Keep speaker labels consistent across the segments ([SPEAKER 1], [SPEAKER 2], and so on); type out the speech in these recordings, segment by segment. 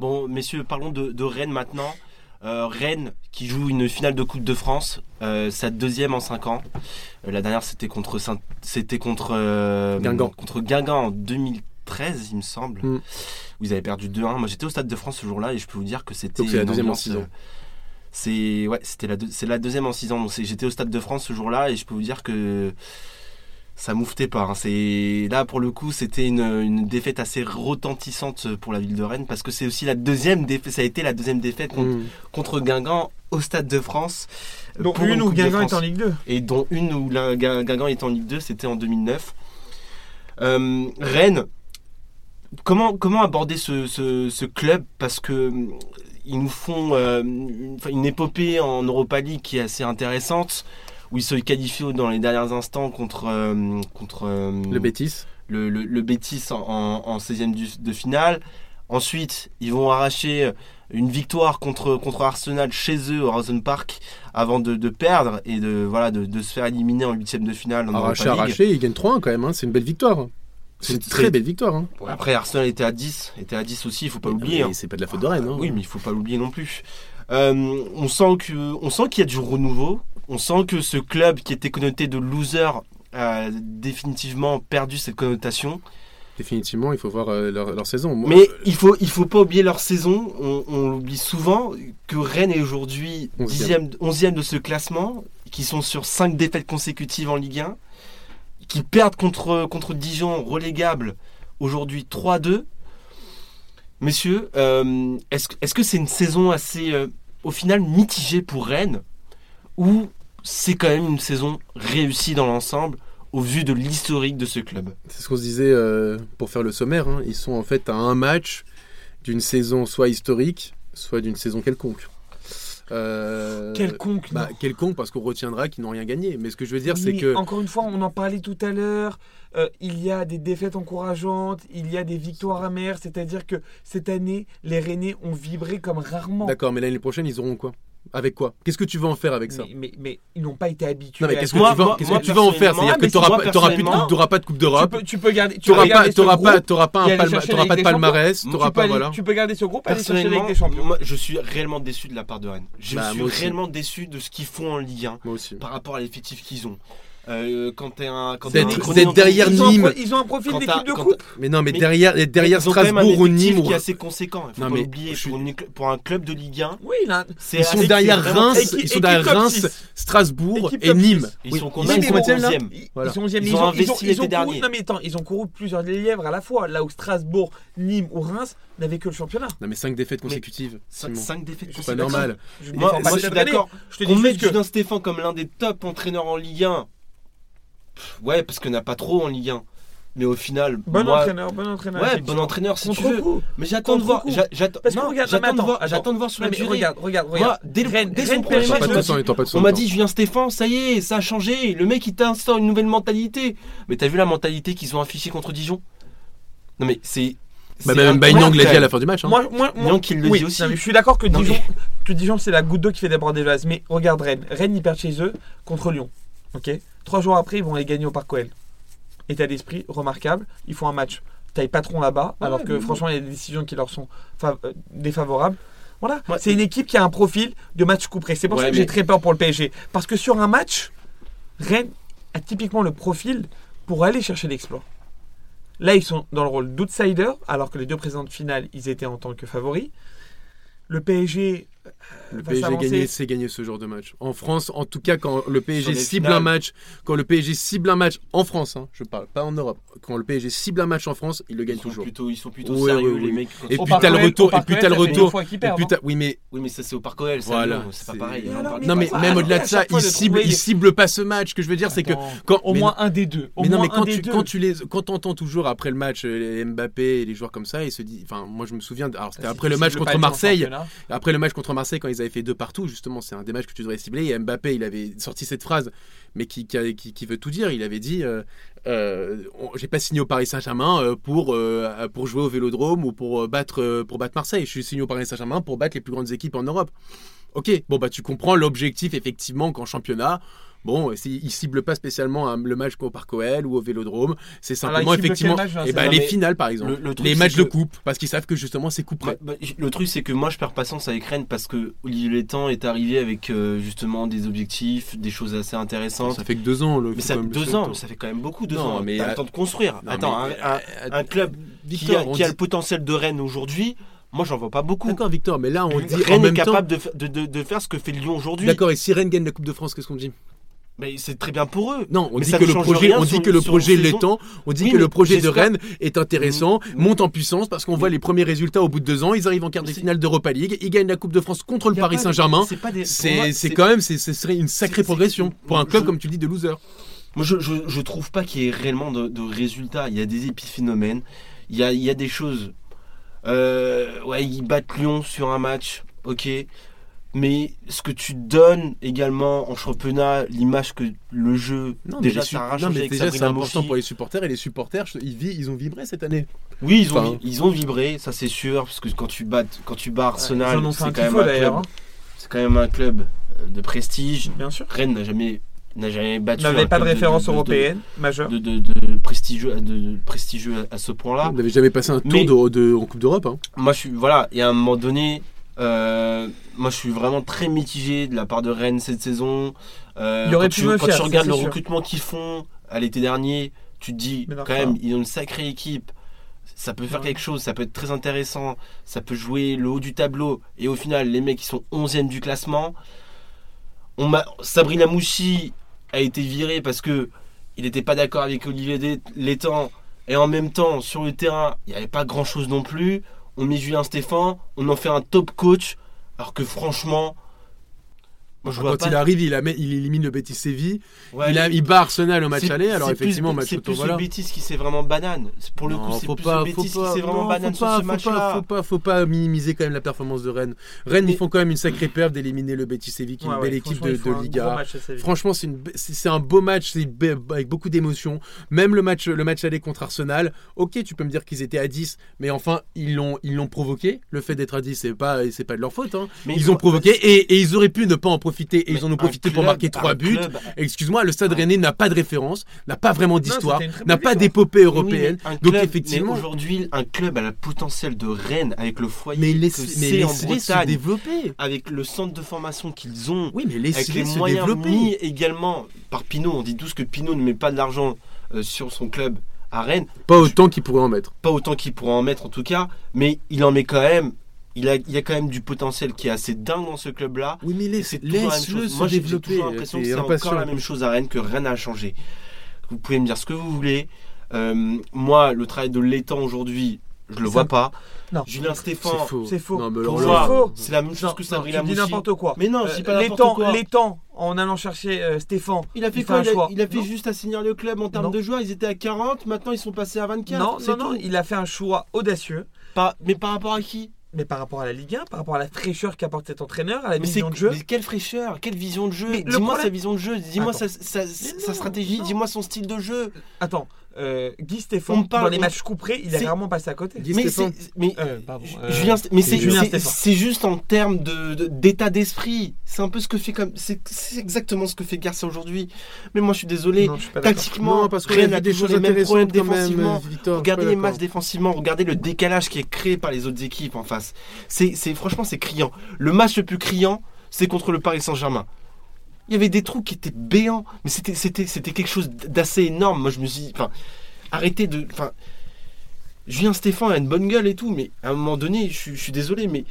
[SPEAKER 1] Bon, messieurs, parlons de, de Rennes maintenant. Euh, Rennes qui joue une finale de Coupe de France, euh, sa deuxième en 5 ans. Euh, la dernière c'était contre Saint- c'était contre euh,
[SPEAKER 2] Guingamp.
[SPEAKER 1] contre Guingamp en 2013 il me semble.
[SPEAKER 2] Mm.
[SPEAKER 1] Où ils avaient perdu 2-1. Moi j'étais au stade de France ce jour-là et je peux vous dire que c'était
[SPEAKER 2] Donc, c'est la
[SPEAKER 1] une
[SPEAKER 2] deuxième en
[SPEAKER 1] ambiance,
[SPEAKER 2] six ans.
[SPEAKER 1] euh, C'est ouais, c'était la deux- c'est la deuxième en 6 ans. Donc c'est- j'étais au stade de France ce jour-là et je peux vous dire que ça mouftait pas. hein. C'est là pour le coup, c'était une, une défaite assez retentissante pour la ville de Rennes parce que c'est aussi la deuxième défaite. Ça a été la deuxième défaite contre
[SPEAKER 2] Mm.
[SPEAKER 1] contre Guingamp au Stade de France. euh,
[SPEAKER 3] Dont
[SPEAKER 1] pour
[SPEAKER 3] une où
[SPEAKER 1] Coupe de
[SPEAKER 3] Guingamp est en
[SPEAKER 1] France.
[SPEAKER 3] Ligue 2.
[SPEAKER 1] Et dont une où la- Ga- Guingamp est en Ligue 2, c'était en 2009. Euh, Rennes, comment, comment aborder ce, ce- ce club Parce que hum, ils nous font euh, une, enfin, une épopée en Europa League qui est assez intéressante, où ils se qualifient dans les derniers instants contre, euh, contre euh,
[SPEAKER 2] Le Bétis.
[SPEAKER 1] le, le, le Bétis en, en, en 16e du- de finale. Ensuite, ils vont arracher une victoire contre, contre Arsenal chez eux au Rosen Park avant de, de perdre et de, voilà, de, de se faire éliminer en 8 de finale. En
[SPEAKER 2] Arraché,
[SPEAKER 1] Europa League.
[SPEAKER 2] arraché, il gagne 3-1 quand même. hein. C'est une belle victoire. C'est une
[SPEAKER 1] C'est-
[SPEAKER 2] très belle victoire. hein.
[SPEAKER 1] Après, Arsenal était à 10, était à 10 aussi, il faut pas l'oublier. hein.
[SPEAKER 2] Mais C'est pas de la faute de Rennes. hein.
[SPEAKER 1] Oui, mais il faut pas l'oublier non plus. Euh, on sent que, on sent qu'il y a du renouveau. On sent que ce club qui était connoté de loser a définitivement perdu cette connotation.
[SPEAKER 2] Définitivement, il faut voir euh, leur, leur saison. Moi,
[SPEAKER 1] Mais il faut il faut pas oublier leur saison. On, on l'oublie souvent que Rennes est aujourd'hui
[SPEAKER 2] Onzième.
[SPEAKER 1] 10e, 11e de ce classement, qui sont sur 5 défaites consécutives en Ligue 1, qui perdent contre contre Dijon relégable aujourd'hui 3-2. Messieurs, euh, est-ce que- est-ce que c'est une saison assez euh, au final mitigée pour Rennes ou c'est quand même une saison réussie dans l'ensemble au vu de l'historique de ce club
[SPEAKER 2] C'est ce qu'on se disait euh, pour faire le sommaire. hein. Ils sont en fait à un match d'une saison soit historique, soit d'une saison quelconque. Euh,
[SPEAKER 3] Quelconque.
[SPEAKER 2] bah,
[SPEAKER 3] non.
[SPEAKER 2] quelconque parce qu'on retiendra qu'ils n'ont rien gagné. Mais ce que je veux dire, c'est
[SPEAKER 3] Oui,
[SPEAKER 2] que
[SPEAKER 3] Encore une fois, on en parlait tout à l'heure, euh, il y a des défaites encourageantes, il y a des victoires amères, c'est-à-dire que cette année, les Rennais ont vibré comme rarement.
[SPEAKER 2] d'accord, mais l'année prochaine, ils auront quoi Avec quoi Qu'est-ce que tu vas en faire avec ça
[SPEAKER 3] Mais, mais- mais ils n'ont pas été habitués.
[SPEAKER 2] Non, mais
[SPEAKER 3] à-
[SPEAKER 2] qu'est-ce que
[SPEAKER 1] Moi-
[SPEAKER 2] tu vas,
[SPEAKER 1] moi-
[SPEAKER 2] qu'est-ce
[SPEAKER 1] moi,
[SPEAKER 2] que tu vas en faire
[SPEAKER 1] personnellement-
[SPEAKER 2] C'est-à-dire que
[SPEAKER 1] mais
[SPEAKER 2] tu n'auras
[SPEAKER 1] moi,
[SPEAKER 2] pas, t'auras plus de
[SPEAKER 1] personnellement-
[SPEAKER 2] coupe- t'auras pas de Coupe
[SPEAKER 3] tu
[SPEAKER 2] d'Europe,
[SPEAKER 3] peux, tu peux garder. Tu
[SPEAKER 2] tu n'auras
[SPEAKER 3] peux
[SPEAKER 2] pas,
[SPEAKER 3] garder ce
[SPEAKER 2] t'auras pas,
[SPEAKER 3] groupe,
[SPEAKER 2] t'auras pas,
[SPEAKER 3] et
[SPEAKER 2] un
[SPEAKER 3] aller
[SPEAKER 2] palma-
[SPEAKER 3] chercher la
[SPEAKER 2] t'auras
[SPEAKER 3] Ligue
[SPEAKER 2] pas de
[SPEAKER 3] des
[SPEAKER 2] palmarès,
[SPEAKER 1] Champions.
[SPEAKER 2] t'auras
[SPEAKER 3] tu peux,
[SPEAKER 2] pas.
[SPEAKER 3] aller-
[SPEAKER 2] Voilà.
[SPEAKER 3] tu peux garder ce groupe, aller chercher la
[SPEAKER 1] Personnellement,
[SPEAKER 3] Ligue des Champions.
[SPEAKER 1] moi, je suis réellement déçu de la part de Rennes. Je
[SPEAKER 2] Bah,
[SPEAKER 1] suis
[SPEAKER 2] moi aussi.
[SPEAKER 1] réellement déçu de ce qu'ils font en Ligue 1
[SPEAKER 2] Moi aussi.
[SPEAKER 1] par rapport à l'effectif qu'ils ont. Euh, quand t'es un, quand
[SPEAKER 2] Vous
[SPEAKER 1] t'es
[SPEAKER 2] êtes-
[SPEAKER 1] un
[SPEAKER 2] vous
[SPEAKER 1] chroniqueur
[SPEAKER 2] êtes
[SPEAKER 1] en
[SPEAKER 2] derrière
[SPEAKER 1] Ligue
[SPEAKER 3] ils,
[SPEAKER 1] un,
[SPEAKER 3] ont un
[SPEAKER 2] Nîmes.
[SPEAKER 3] pro- ils ont un profil
[SPEAKER 1] Quand t'as-
[SPEAKER 3] d'équipe de
[SPEAKER 1] quand
[SPEAKER 3] coupe.
[SPEAKER 2] Mais non, mais
[SPEAKER 1] Mais-
[SPEAKER 2] derrière, derrière
[SPEAKER 1] ils ont quand même un
[SPEAKER 2] Strasbourg ou
[SPEAKER 1] effectif
[SPEAKER 2] Nîmes,
[SPEAKER 1] qui est
[SPEAKER 2] ou-
[SPEAKER 1] assez conséquent. Faut
[SPEAKER 2] Non,
[SPEAKER 1] pas
[SPEAKER 2] mais
[SPEAKER 1] oublier
[SPEAKER 2] je suis-
[SPEAKER 1] pour, une- pour un club de Ligue 1.
[SPEAKER 3] Oui, Ah, il a un-
[SPEAKER 1] c'est
[SPEAKER 2] Ils sont
[SPEAKER 1] Alex,
[SPEAKER 2] derrière
[SPEAKER 1] c'est vraiment-
[SPEAKER 2] Reims,
[SPEAKER 3] équipe-
[SPEAKER 2] ils sont
[SPEAKER 3] équipe
[SPEAKER 2] derrière
[SPEAKER 3] top
[SPEAKER 2] Reims,
[SPEAKER 3] six.
[SPEAKER 2] Strasbourg
[SPEAKER 3] Équipe
[SPEAKER 2] et
[SPEAKER 3] top
[SPEAKER 2] Nîmes.
[SPEAKER 3] six.
[SPEAKER 1] Ils
[SPEAKER 2] Oui,
[SPEAKER 1] sont
[SPEAKER 2] ils
[SPEAKER 1] combien Ils
[SPEAKER 2] sont hein.
[SPEAKER 1] sont
[SPEAKER 2] onzième, là
[SPEAKER 1] 11e.
[SPEAKER 3] Ils,
[SPEAKER 2] Voilà.
[SPEAKER 3] ils sont onzième,
[SPEAKER 1] Ils
[SPEAKER 3] mais
[SPEAKER 1] ont
[SPEAKER 3] ils ont-
[SPEAKER 1] investi
[SPEAKER 3] ils ont-
[SPEAKER 1] l'été
[SPEAKER 3] ils ont couru-
[SPEAKER 1] dernier.
[SPEAKER 3] Non mais attends, ils ont couru plusieurs lièvres à la fois, là où Strasbourg, Nîmes ou Reims n'avaient que le championnat.
[SPEAKER 2] Non mais 5 défaites consécutives. Simon.
[SPEAKER 1] 5 défaites
[SPEAKER 2] C'est pas
[SPEAKER 1] consécutives.
[SPEAKER 2] normal.
[SPEAKER 1] Moi,
[SPEAKER 3] Je défends
[SPEAKER 1] moi,
[SPEAKER 3] pas
[SPEAKER 1] je
[SPEAKER 3] cette
[SPEAKER 1] suis
[SPEAKER 3] année.
[SPEAKER 1] d'accord.
[SPEAKER 3] Je te dis
[SPEAKER 1] Qu'on mette
[SPEAKER 3] juste que
[SPEAKER 1] Julien Stéphane comme l'un des top entraîneurs en Ligue 1. Pff, Ouais, parce qu'il n'y en a pas trop en Ligue 1. Mais au final,
[SPEAKER 3] bon
[SPEAKER 1] moi-
[SPEAKER 3] entraîneur, bon entraîneur.
[SPEAKER 1] ouais,
[SPEAKER 3] effectivement.
[SPEAKER 1] bon entraîneur si tu veux.
[SPEAKER 3] Contre-coup.
[SPEAKER 1] Mais j'attends de
[SPEAKER 3] Contre
[SPEAKER 1] voir.
[SPEAKER 3] coup.
[SPEAKER 1] j'a- j'attends-
[SPEAKER 3] Parce que
[SPEAKER 1] non,
[SPEAKER 3] regarde,
[SPEAKER 1] J'attends
[SPEAKER 3] mais
[SPEAKER 1] de voir.
[SPEAKER 3] attends,
[SPEAKER 1] J'attends de voir sur
[SPEAKER 3] Non,
[SPEAKER 1] la
[SPEAKER 3] mais
[SPEAKER 1] durée.
[SPEAKER 3] regarde, regarde, regarde.
[SPEAKER 1] Moi, dès, le-
[SPEAKER 3] Rennes-
[SPEAKER 1] dès
[SPEAKER 3] Rennes
[SPEAKER 1] son
[SPEAKER 3] perd
[SPEAKER 1] premier
[SPEAKER 3] les
[SPEAKER 2] Pas
[SPEAKER 1] match,
[SPEAKER 3] matchs,
[SPEAKER 2] de
[SPEAKER 1] on m'a
[SPEAKER 2] temps,
[SPEAKER 1] dit,
[SPEAKER 2] il t'en pas de temps,
[SPEAKER 1] on m'a
[SPEAKER 2] il t'en
[SPEAKER 1] dit, Julien Stéphane, ça y est, ça a changé. Le mec, il t'instaure une nouvelle mentalité. Mais t'as vu la mentalité qu'ils ont affichée contre Dijon Non, mais c'est.
[SPEAKER 2] Bah,
[SPEAKER 1] c'est
[SPEAKER 2] même
[SPEAKER 1] incroyable,
[SPEAKER 2] Bagnon l'a
[SPEAKER 1] quand
[SPEAKER 2] dit à
[SPEAKER 1] même.
[SPEAKER 2] la fin du match. hein.
[SPEAKER 3] Moi, moi, moi-
[SPEAKER 1] Nyang, il le
[SPEAKER 3] oui,
[SPEAKER 1] dit aussi.
[SPEAKER 3] non, mais je suis d'accord que
[SPEAKER 1] Non,
[SPEAKER 3] Dijon,
[SPEAKER 1] mais-
[SPEAKER 3] que Dijon, c'est la goutte d'eau qui fait déborder le vase. Mais regarde Rennes. Rennes, ils perdent chez eux contre Lyon. Ok. Trois jours après, ils vont aller gagner au Parc Coel. État d'esprit remarquable. Ils font un match. Taille patron là-bas,
[SPEAKER 1] Ouais,
[SPEAKER 3] alors que
[SPEAKER 1] mais bon.
[SPEAKER 3] franchement, il y a des décisions qui leur sont fa- euh, défavorables. Voilà.
[SPEAKER 1] Ouais.
[SPEAKER 3] C'est une équipe qui a un profil de match couperé. C'est pour
[SPEAKER 1] Ouais,
[SPEAKER 3] ça que
[SPEAKER 1] mais-
[SPEAKER 3] j'ai très peur pour le PSG. Parce que sur un match, Rennes a typiquement le profil pour aller chercher l'exploit. Là, ils sont dans le rôle d'outsider, alors que les deux présentes finales, ils étaient en tant que favoris. Le PSG,
[SPEAKER 2] Le
[SPEAKER 3] euh, va
[SPEAKER 2] PSG
[SPEAKER 3] s'avancer.
[SPEAKER 2] gagné, c'est gagner ce genre de match. En France, en tout cas, quand le PSG
[SPEAKER 1] les
[SPEAKER 2] cible
[SPEAKER 1] finales.
[SPEAKER 2] un match, quand le PSG cible un match en France, hein, je parle pas en Europe, quand le PSG cible un match en France, il le gagne
[SPEAKER 1] Ils sont
[SPEAKER 2] toujours.
[SPEAKER 1] plutôt, ils sont plutôt
[SPEAKER 2] Ouais,
[SPEAKER 1] sérieux,
[SPEAKER 2] ouais,
[SPEAKER 1] les
[SPEAKER 2] ouais.
[SPEAKER 1] mecs.
[SPEAKER 2] Et
[SPEAKER 3] au
[SPEAKER 2] puis
[SPEAKER 3] Parc
[SPEAKER 2] t'as le
[SPEAKER 3] Noël-
[SPEAKER 2] retour,
[SPEAKER 3] au Parc
[SPEAKER 2] et puis
[SPEAKER 3] Noël,
[SPEAKER 2] t'as le
[SPEAKER 3] ça fait deux
[SPEAKER 2] retour,
[SPEAKER 3] fois qu'ils
[SPEAKER 2] Et
[SPEAKER 3] perdent,
[SPEAKER 2] puis
[SPEAKER 3] hein.
[SPEAKER 2] t'as- oui mais
[SPEAKER 1] Oui, mais ça, c'est au Parc OL, ça.
[SPEAKER 2] Voilà,
[SPEAKER 1] non, C'est pas
[SPEAKER 2] c'est-
[SPEAKER 1] pareil. hein.
[SPEAKER 3] Et
[SPEAKER 1] on
[SPEAKER 3] alors,
[SPEAKER 1] parle
[SPEAKER 3] mais
[SPEAKER 1] pas
[SPEAKER 2] non mais
[SPEAKER 1] pareil.
[SPEAKER 2] même
[SPEAKER 3] Ah,
[SPEAKER 2] au-delà
[SPEAKER 3] mais
[SPEAKER 2] de
[SPEAKER 3] à
[SPEAKER 2] ça,
[SPEAKER 3] chaque
[SPEAKER 2] ils
[SPEAKER 3] fois, le
[SPEAKER 2] ciblent,
[SPEAKER 3] trouver-
[SPEAKER 2] ils ciblent pas ce match. Ce que je veux dire, c'est que
[SPEAKER 3] hein. Attends.
[SPEAKER 2] quand
[SPEAKER 3] au
[SPEAKER 2] mais
[SPEAKER 3] moins un des deux. Au
[SPEAKER 2] mais non,
[SPEAKER 3] moins
[SPEAKER 2] mais
[SPEAKER 3] un
[SPEAKER 2] quand
[SPEAKER 3] des
[SPEAKER 2] tu,
[SPEAKER 3] deux.
[SPEAKER 2] quand tu les, quand entends toujours après le match euh, les Mbappé et les joueurs comme ça, ils se disent, enfin, moi je me souviens, de- alors c'était
[SPEAKER 3] Si
[SPEAKER 2] après
[SPEAKER 3] tu
[SPEAKER 2] le match
[SPEAKER 3] cibles
[SPEAKER 2] contre
[SPEAKER 3] pas les gens en
[SPEAKER 2] Marseille,
[SPEAKER 3] championnat,
[SPEAKER 2] après le match contre Marseille quand ils avaient fait deux partout, justement, c'est un des matchs que tu devrais cibler. Et Mbappé, il avait sorti cette phrase, mais qui, qui, a- qui- qui veut tout dire. Il avait dit, euh, euh, on- j'ai pas signé au Paris Saint-Germain euh, pour euh, pour jouer au Vélodrome ou pour euh, battre euh, pour battre Marseille. Je suis signé au Paris Saint-Germain pour battre les plus grandes équipes en Europe. Ok, bon, bah tu comprends l'objectif, effectivement, qu'en championnat. Bon, euh, c'est- ils ciblent pas spécialement hein, le match qu'au Parc OL ou au Vélodrome. C'est
[SPEAKER 3] Alors,
[SPEAKER 2] simplement,
[SPEAKER 3] ils ciblent quel
[SPEAKER 2] effectivement,
[SPEAKER 3] match, Vincent
[SPEAKER 2] eh ben,
[SPEAKER 1] Non,
[SPEAKER 2] les
[SPEAKER 1] mais
[SPEAKER 2] finales, par exemple.
[SPEAKER 1] Le- le truc,
[SPEAKER 2] les
[SPEAKER 1] c'est
[SPEAKER 2] matchs
[SPEAKER 1] que-
[SPEAKER 2] de coupe, parce qu'ils savent que justement, c'est couperé.
[SPEAKER 1] Bah, bah, j- le truc, c'est que moi, je perds patience avec Rennes parce que Olivier Létang est arrivé avec euh, justement des objectifs, des choses assez intéressantes.
[SPEAKER 2] Ça fait que deux ans. Le
[SPEAKER 1] mais
[SPEAKER 2] faut
[SPEAKER 1] ça
[SPEAKER 2] quand même le
[SPEAKER 1] deux
[SPEAKER 2] savoir.
[SPEAKER 1] ans, ça fait quand même beaucoup deux
[SPEAKER 2] Non,
[SPEAKER 1] ans.
[SPEAKER 2] mais,
[SPEAKER 1] T'as
[SPEAKER 2] euh,
[SPEAKER 1] le temps de construire.
[SPEAKER 2] Non,
[SPEAKER 1] Attends,
[SPEAKER 2] mais,
[SPEAKER 1] un, un-
[SPEAKER 2] euh,
[SPEAKER 1] un club qui
[SPEAKER 2] Victor,
[SPEAKER 1] a,
[SPEAKER 2] on
[SPEAKER 1] qui a
[SPEAKER 2] dit-
[SPEAKER 1] le potentiel de Rennes aujourd'hui, moi, j'en vois pas beaucoup.
[SPEAKER 2] D'accord, Victor, mais là, on dit en
[SPEAKER 1] Rennes est
[SPEAKER 2] même temps.
[SPEAKER 1] capable de, fa- de- de- de faire ce que fait Lyon aujourd'hui.
[SPEAKER 2] D'accord, et si Rennes gagne la Coupe de France, qu'est-ce qu'on dit
[SPEAKER 1] Mais c'est très bien pour eux.
[SPEAKER 2] Non, on
[SPEAKER 1] Mais
[SPEAKER 2] dit
[SPEAKER 1] ça
[SPEAKER 2] que
[SPEAKER 1] ne
[SPEAKER 2] le
[SPEAKER 1] change
[SPEAKER 2] projet,
[SPEAKER 1] rien
[SPEAKER 2] on dit
[SPEAKER 1] sur-
[SPEAKER 2] que le
[SPEAKER 1] sur
[SPEAKER 2] projet
[SPEAKER 1] une saison.
[SPEAKER 2] l'étend, on dit
[SPEAKER 1] Oui,
[SPEAKER 2] que le
[SPEAKER 1] mais
[SPEAKER 2] projet de
[SPEAKER 1] j'espère-
[SPEAKER 2] Rennes est intéressant,
[SPEAKER 1] Mm.
[SPEAKER 2] monte en puissance parce qu'on voit les premiers résultats au bout de deux ans, ils arrivent en quart de
[SPEAKER 1] Mais c'est-
[SPEAKER 2] finale d'Europa League, ils gagnent la Coupe de France contre le
[SPEAKER 1] Y a
[SPEAKER 2] Paris
[SPEAKER 1] pas-
[SPEAKER 2] Saint-Germain.
[SPEAKER 1] c'est pas des- pour moi,
[SPEAKER 2] C'est c'est
[SPEAKER 1] c'est-
[SPEAKER 2] quand même, c'est- ce serait une
[SPEAKER 1] c'est-
[SPEAKER 2] sacrée
[SPEAKER 1] c'est-
[SPEAKER 2] progression pour un
[SPEAKER 1] je-
[SPEAKER 2] club comme tu le dis de loser.
[SPEAKER 1] Moi, je, je, je trouve pas qu'il y ait réellement de, de résultats. Il y a des épiphénomènes. Il y a, il y a des choses. Euh, ouais, ils battent Lyon sur un match, ok. Mais ce que tu donnes également en championnat, l'image que le jeu.
[SPEAKER 2] Non,
[SPEAKER 1] déjà,
[SPEAKER 2] les su-
[SPEAKER 1] ça a
[SPEAKER 2] non,
[SPEAKER 1] rangé
[SPEAKER 2] mais
[SPEAKER 1] avec
[SPEAKER 2] déjà, c'est
[SPEAKER 1] Sabrina
[SPEAKER 2] important
[SPEAKER 1] Moschi.
[SPEAKER 2] pour les supporters et les supporters, je- ils, vi- ils ont vibré cette année.
[SPEAKER 1] Oui, ils ont,
[SPEAKER 2] Enfin.
[SPEAKER 1] ils ont vibré, ça c'est sûr. Parce que quand tu bats, quand tu bats
[SPEAKER 3] Ils
[SPEAKER 1] Arsenal,
[SPEAKER 3] en ont fait
[SPEAKER 1] c'est
[SPEAKER 3] un
[SPEAKER 1] quand,
[SPEAKER 3] petit
[SPEAKER 1] même
[SPEAKER 3] faux
[SPEAKER 1] un club-
[SPEAKER 3] d'ailleurs. hein.
[SPEAKER 1] c'est quand même un club euh, de prestige.
[SPEAKER 3] Bien sûr.
[SPEAKER 1] Rennes n'a jamais, n'a jamais battu.
[SPEAKER 3] N'avait
[SPEAKER 2] hein,
[SPEAKER 1] un
[SPEAKER 3] pas de
[SPEAKER 1] club
[SPEAKER 3] référence
[SPEAKER 1] de- de-
[SPEAKER 3] européenne majeure.
[SPEAKER 1] de, de, de prestigieux, de prestigieux à ce point-là.
[SPEAKER 2] On n'avait jamais passé un tour
[SPEAKER 1] Mais-
[SPEAKER 2] de, de- en Coupe d'Europe. hein.
[SPEAKER 1] Moi, je suis, voilà, et à un moment donné, euh, moi, je suis vraiment très mitigé de la part de Rennes cette saison. Euh,
[SPEAKER 3] Il y aurait
[SPEAKER 1] quand
[SPEAKER 3] pu
[SPEAKER 1] tu,
[SPEAKER 3] me
[SPEAKER 1] quand
[SPEAKER 3] faire,
[SPEAKER 1] tu
[SPEAKER 3] ça,
[SPEAKER 1] regardes
[SPEAKER 3] c'est
[SPEAKER 1] le
[SPEAKER 3] sûr.
[SPEAKER 1] recrutement qu'ils font à l'été dernier, tu te dis
[SPEAKER 3] Mais non,
[SPEAKER 1] quand même, ils ont une sacrée équipe. Ça peut faire
[SPEAKER 3] Ouais.
[SPEAKER 1] quelque chose, ça peut être très intéressant, ça peut jouer le haut du tableau. Et au final, les mecs, ils sont 11e du classement. On m'a- Sabrina Mouchi a été viré parce que il n'était pas d'accord avec Olivier Dé- Létang. Et en même temps, sur le terrain, il n'y avait pas grand chose non plus. On met Julien Stéphan, on en fait un top coach. Alors que franchement, moi je vois
[SPEAKER 2] Ah, Quand
[SPEAKER 1] pas.
[SPEAKER 2] il arrive, il, amène- il élimine le Betis Séville,
[SPEAKER 1] Ouais,
[SPEAKER 2] il, a- il bat Arsenal au match
[SPEAKER 1] c'est-
[SPEAKER 2] aller, alors
[SPEAKER 1] c'est plus-
[SPEAKER 2] effectivement, match
[SPEAKER 1] c'est
[SPEAKER 2] retour,
[SPEAKER 1] plus
[SPEAKER 2] voilà.
[SPEAKER 1] le bêtise qui s'est vraiment banane. C'est- Pour le
[SPEAKER 2] Non,
[SPEAKER 1] coup, c'est
[SPEAKER 2] faut
[SPEAKER 1] plus
[SPEAKER 2] pas-
[SPEAKER 1] le
[SPEAKER 2] faut
[SPEAKER 1] bêtise qui
[SPEAKER 2] pas-
[SPEAKER 1] s'est vraiment
[SPEAKER 2] non,
[SPEAKER 1] banane
[SPEAKER 2] faut
[SPEAKER 1] sur
[SPEAKER 2] pas-
[SPEAKER 1] ce
[SPEAKER 2] faut pas- Faut
[SPEAKER 1] match-là.
[SPEAKER 2] pas, faut pas minimiser quand même la performance de Rennes. Rennes, ils
[SPEAKER 1] Mais-
[SPEAKER 2] font quand même une sacrée perte d'éliminer le Betis Séville, qui est
[SPEAKER 3] Ouais,
[SPEAKER 2] une
[SPEAKER 3] ouais,
[SPEAKER 2] belle équipe
[SPEAKER 3] franchement,
[SPEAKER 2] de,
[SPEAKER 3] ils font
[SPEAKER 2] de
[SPEAKER 3] un gros
[SPEAKER 2] Liga.
[SPEAKER 3] match, assez vite.
[SPEAKER 2] Franchement, c'est une be- c'est c'est un beau match, c'est be- avec beaucoup d'émotions. Même le match, le match aller contre Arsenal. Ok, tu peux me dire qu'ils étaient à 10, mais enfin, ils l'ont, ils l'ont provoqué. Le fait d'être à 10, c'est pas, c'est pas de leur faute. hein.
[SPEAKER 1] Mais
[SPEAKER 2] Ils ont provoqué et, et ils auraient pu ne pas en profiter. Et ils en
[SPEAKER 1] Mais
[SPEAKER 2] ont
[SPEAKER 1] un
[SPEAKER 2] profité pour
[SPEAKER 1] club-
[SPEAKER 2] marquer
[SPEAKER 1] un
[SPEAKER 2] trois buts.
[SPEAKER 1] club-
[SPEAKER 2] Excuse-moi, le Stade Rennais n'a pas de référence, n'a pas vraiment d'histoire,
[SPEAKER 3] c'était une très
[SPEAKER 2] n'a
[SPEAKER 3] bonne
[SPEAKER 2] pas
[SPEAKER 3] victoire.
[SPEAKER 2] d'épopée européenne.
[SPEAKER 1] Oui, mais un
[SPEAKER 2] Donc
[SPEAKER 1] club-
[SPEAKER 2] effectivement,
[SPEAKER 1] mais aujourd'hui, un club a le potentiel de Rennes avec le foyer
[SPEAKER 2] mais
[SPEAKER 1] que
[SPEAKER 2] laisse- mais
[SPEAKER 1] c'est en
[SPEAKER 2] laisse-les se
[SPEAKER 1] Bretagne,
[SPEAKER 2] développer.
[SPEAKER 1] avec le centre de formation qu'ils ont,
[SPEAKER 2] Oui, mais
[SPEAKER 1] avec
[SPEAKER 2] laisse-les
[SPEAKER 1] les
[SPEAKER 2] se
[SPEAKER 1] moyens mis
[SPEAKER 2] développer.
[SPEAKER 1] également par Pinot. On dit tous que Pinot ne met pas de l'argent euh, sur son club à Rennes,
[SPEAKER 2] Pas autant qu'ils pourraient en mettre.
[SPEAKER 1] pas autant qu'il pourrait en mettre en tout cas, mais il en met quand même. Il, a, il y a quand même du potentiel qui est assez dingue dans ce club-là.
[SPEAKER 2] Oui, mais
[SPEAKER 1] Et
[SPEAKER 2] laisse-
[SPEAKER 1] C'est toujours la même
[SPEAKER 2] laisse-le
[SPEAKER 1] chose.
[SPEAKER 2] se
[SPEAKER 1] Moi, j'ai j'ai
[SPEAKER 2] développer.
[SPEAKER 1] toujours l'impression que
[SPEAKER 2] T'es
[SPEAKER 1] c'est
[SPEAKER 2] impatient.
[SPEAKER 1] encore la même chose à Rennes, que rien n'a changé. Vous pouvez me dire ce que vous voulez. Euh, moi, le travail de l'étang aujourd'hui, je le
[SPEAKER 3] Ça-
[SPEAKER 1] vois pas.
[SPEAKER 3] Non.
[SPEAKER 1] Julien
[SPEAKER 2] C'est
[SPEAKER 1] Stéphane,
[SPEAKER 2] faux.
[SPEAKER 3] C'est faux.
[SPEAKER 2] Non, mais
[SPEAKER 1] pour
[SPEAKER 2] alors
[SPEAKER 3] C'est
[SPEAKER 2] là,
[SPEAKER 1] moi,
[SPEAKER 3] faux.
[SPEAKER 1] c'est la même chose
[SPEAKER 3] Non,
[SPEAKER 1] que
[SPEAKER 3] non,
[SPEAKER 1] Sabrina
[SPEAKER 3] tu dis
[SPEAKER 1] Mouchi.
[SPEAKER 3] n'importe quoi.
[SPEAKER 1] Mais non, je
[SPEAKER 3] Euh,
[SPEAKER 1] dis pas
[SPEAKER 3] les
[SPEAKER 1] n'importe
[SPEAKER 3] temps-
[SPEAKER 1] quoi.
[SPEAKER 3] Les temps, en allant chercher euh, Stéphane.
[SPEAKER 1] Il a fait
[SPEAKER 3] il fait
[SPEAKER 1] quoi
[SPEAKER 3] un
[SPEAKER 1] il a,
[SPEAKER 3] choix.
[SPEAKER 1] il a fait
[SPEAKER 3] Non.
[SPEAKER 1] juste assainir le club en termes
[SPEAKER 3] Non.
[SPEAKER 1] de joueurs. Ils étaient à 40, maintenant ils sont passés à 24.
[SPEAKER 3] Non,
[SPEAKER 1] c'est
[SPEAKER 3] non, non,
[SPEAKER 1] tout.
[SPEAKER 3] il a fait un choix audacieux,
[SPEAKER 1] Pas- mais par rapport à qui
[SPEAKER 3] mais par rapport à la Ligue 1, par rapport à la fraîcheur qu'apporte cet entraîneur, à la
[SPEAKER 1] mais, c'est-
[SPEAKER 3] vision de jeu.
[SPEAKER 1] mais quelle fraîcheur, quelle vision de jeu.
[SPEAKER 3] Mais le
[SPEAKER 1] Dis-moi
[SPEAKER 3] problème-
[SPEAKER 1] sa vision de jeu, dis-moi
[SPEAKER 3] Attends.
[SPEAKER 1] sa, sa- sa
[SPEAKER 3] non,
[SPEAKER 1] stratégie,
[SPEAKER 3] non.
[SPEAKER 1] dis-moi son style de jeu.
[SPEAKER 3] Attends, euh, Guy
[SPEAKER 1] On
[SPEAKER 3] Stéphane,
[SPEAKER 1] parle-
[SPEAKER 3] dans les
[SPEAKER 1] on-
[SPEAKER 3] matchs couperés, il est
[SPEAKER 1] C'est-
[SPEAKER 3] rarement passé à côté.
[SPEAKER 2] Guy
[SPEAKER 1] mais
[SPEAKER 2] Stéphane.
[SPEAKER 1] c'est- mais
[SPEAKER 3] Euh, pardon,
[SPEAKER 1] Ju-
[SPEAKER 3] euh,
[SPEAKER 1] Julien, St- mais c'est
[SPEAKER 3] Julien
[SPEAKER 1] c'est-
[SPEAKER 3] Stéphane.
[SPEAKER 1] c'est juste en termes de- de- d'état d'esprit. C'est un peu ce que fait comme c'est c'est exactement ce que fait Garcia aujourd'hui. Mais moi je suis désolé.
[SPEAKER 3] Non, je suis pas d'accord.
[SPEAKER 1] Tactiquement,
[SPEAKER 2] Non, parce qu'on
[SPEAKER 1] Rennes
[SPEAKER 2] a
[SPEAKER 1] a
[SPEAKER 2] vu des
[SPEAKER 1] toujours
[SPEAKER 2] choses
[SPEAKER 1] les mêmes problèmes
[SPEAKER 2] intéressantes quand même,
[SPEAKER 1] défensivement.
[SPEAKER 2] Victor.
[SPEAKER 1] Regardez les matchs défensivement, regardez le décalage qui est créé par les autres équipes en face. C'est c'est- franchement c'est criant. Le match le plus criant, c'est contre le Paris Saint-Germain. Il y avait des trous qui étaient béants, mais c'était c'était c'était quelque chose d'assez énorme. Moi je me suis dit, enfin arrêtez de enfin Julien Stéphane a une bonne gueule et tout, mais à un moment donné, je, suis- je suis désolé, mais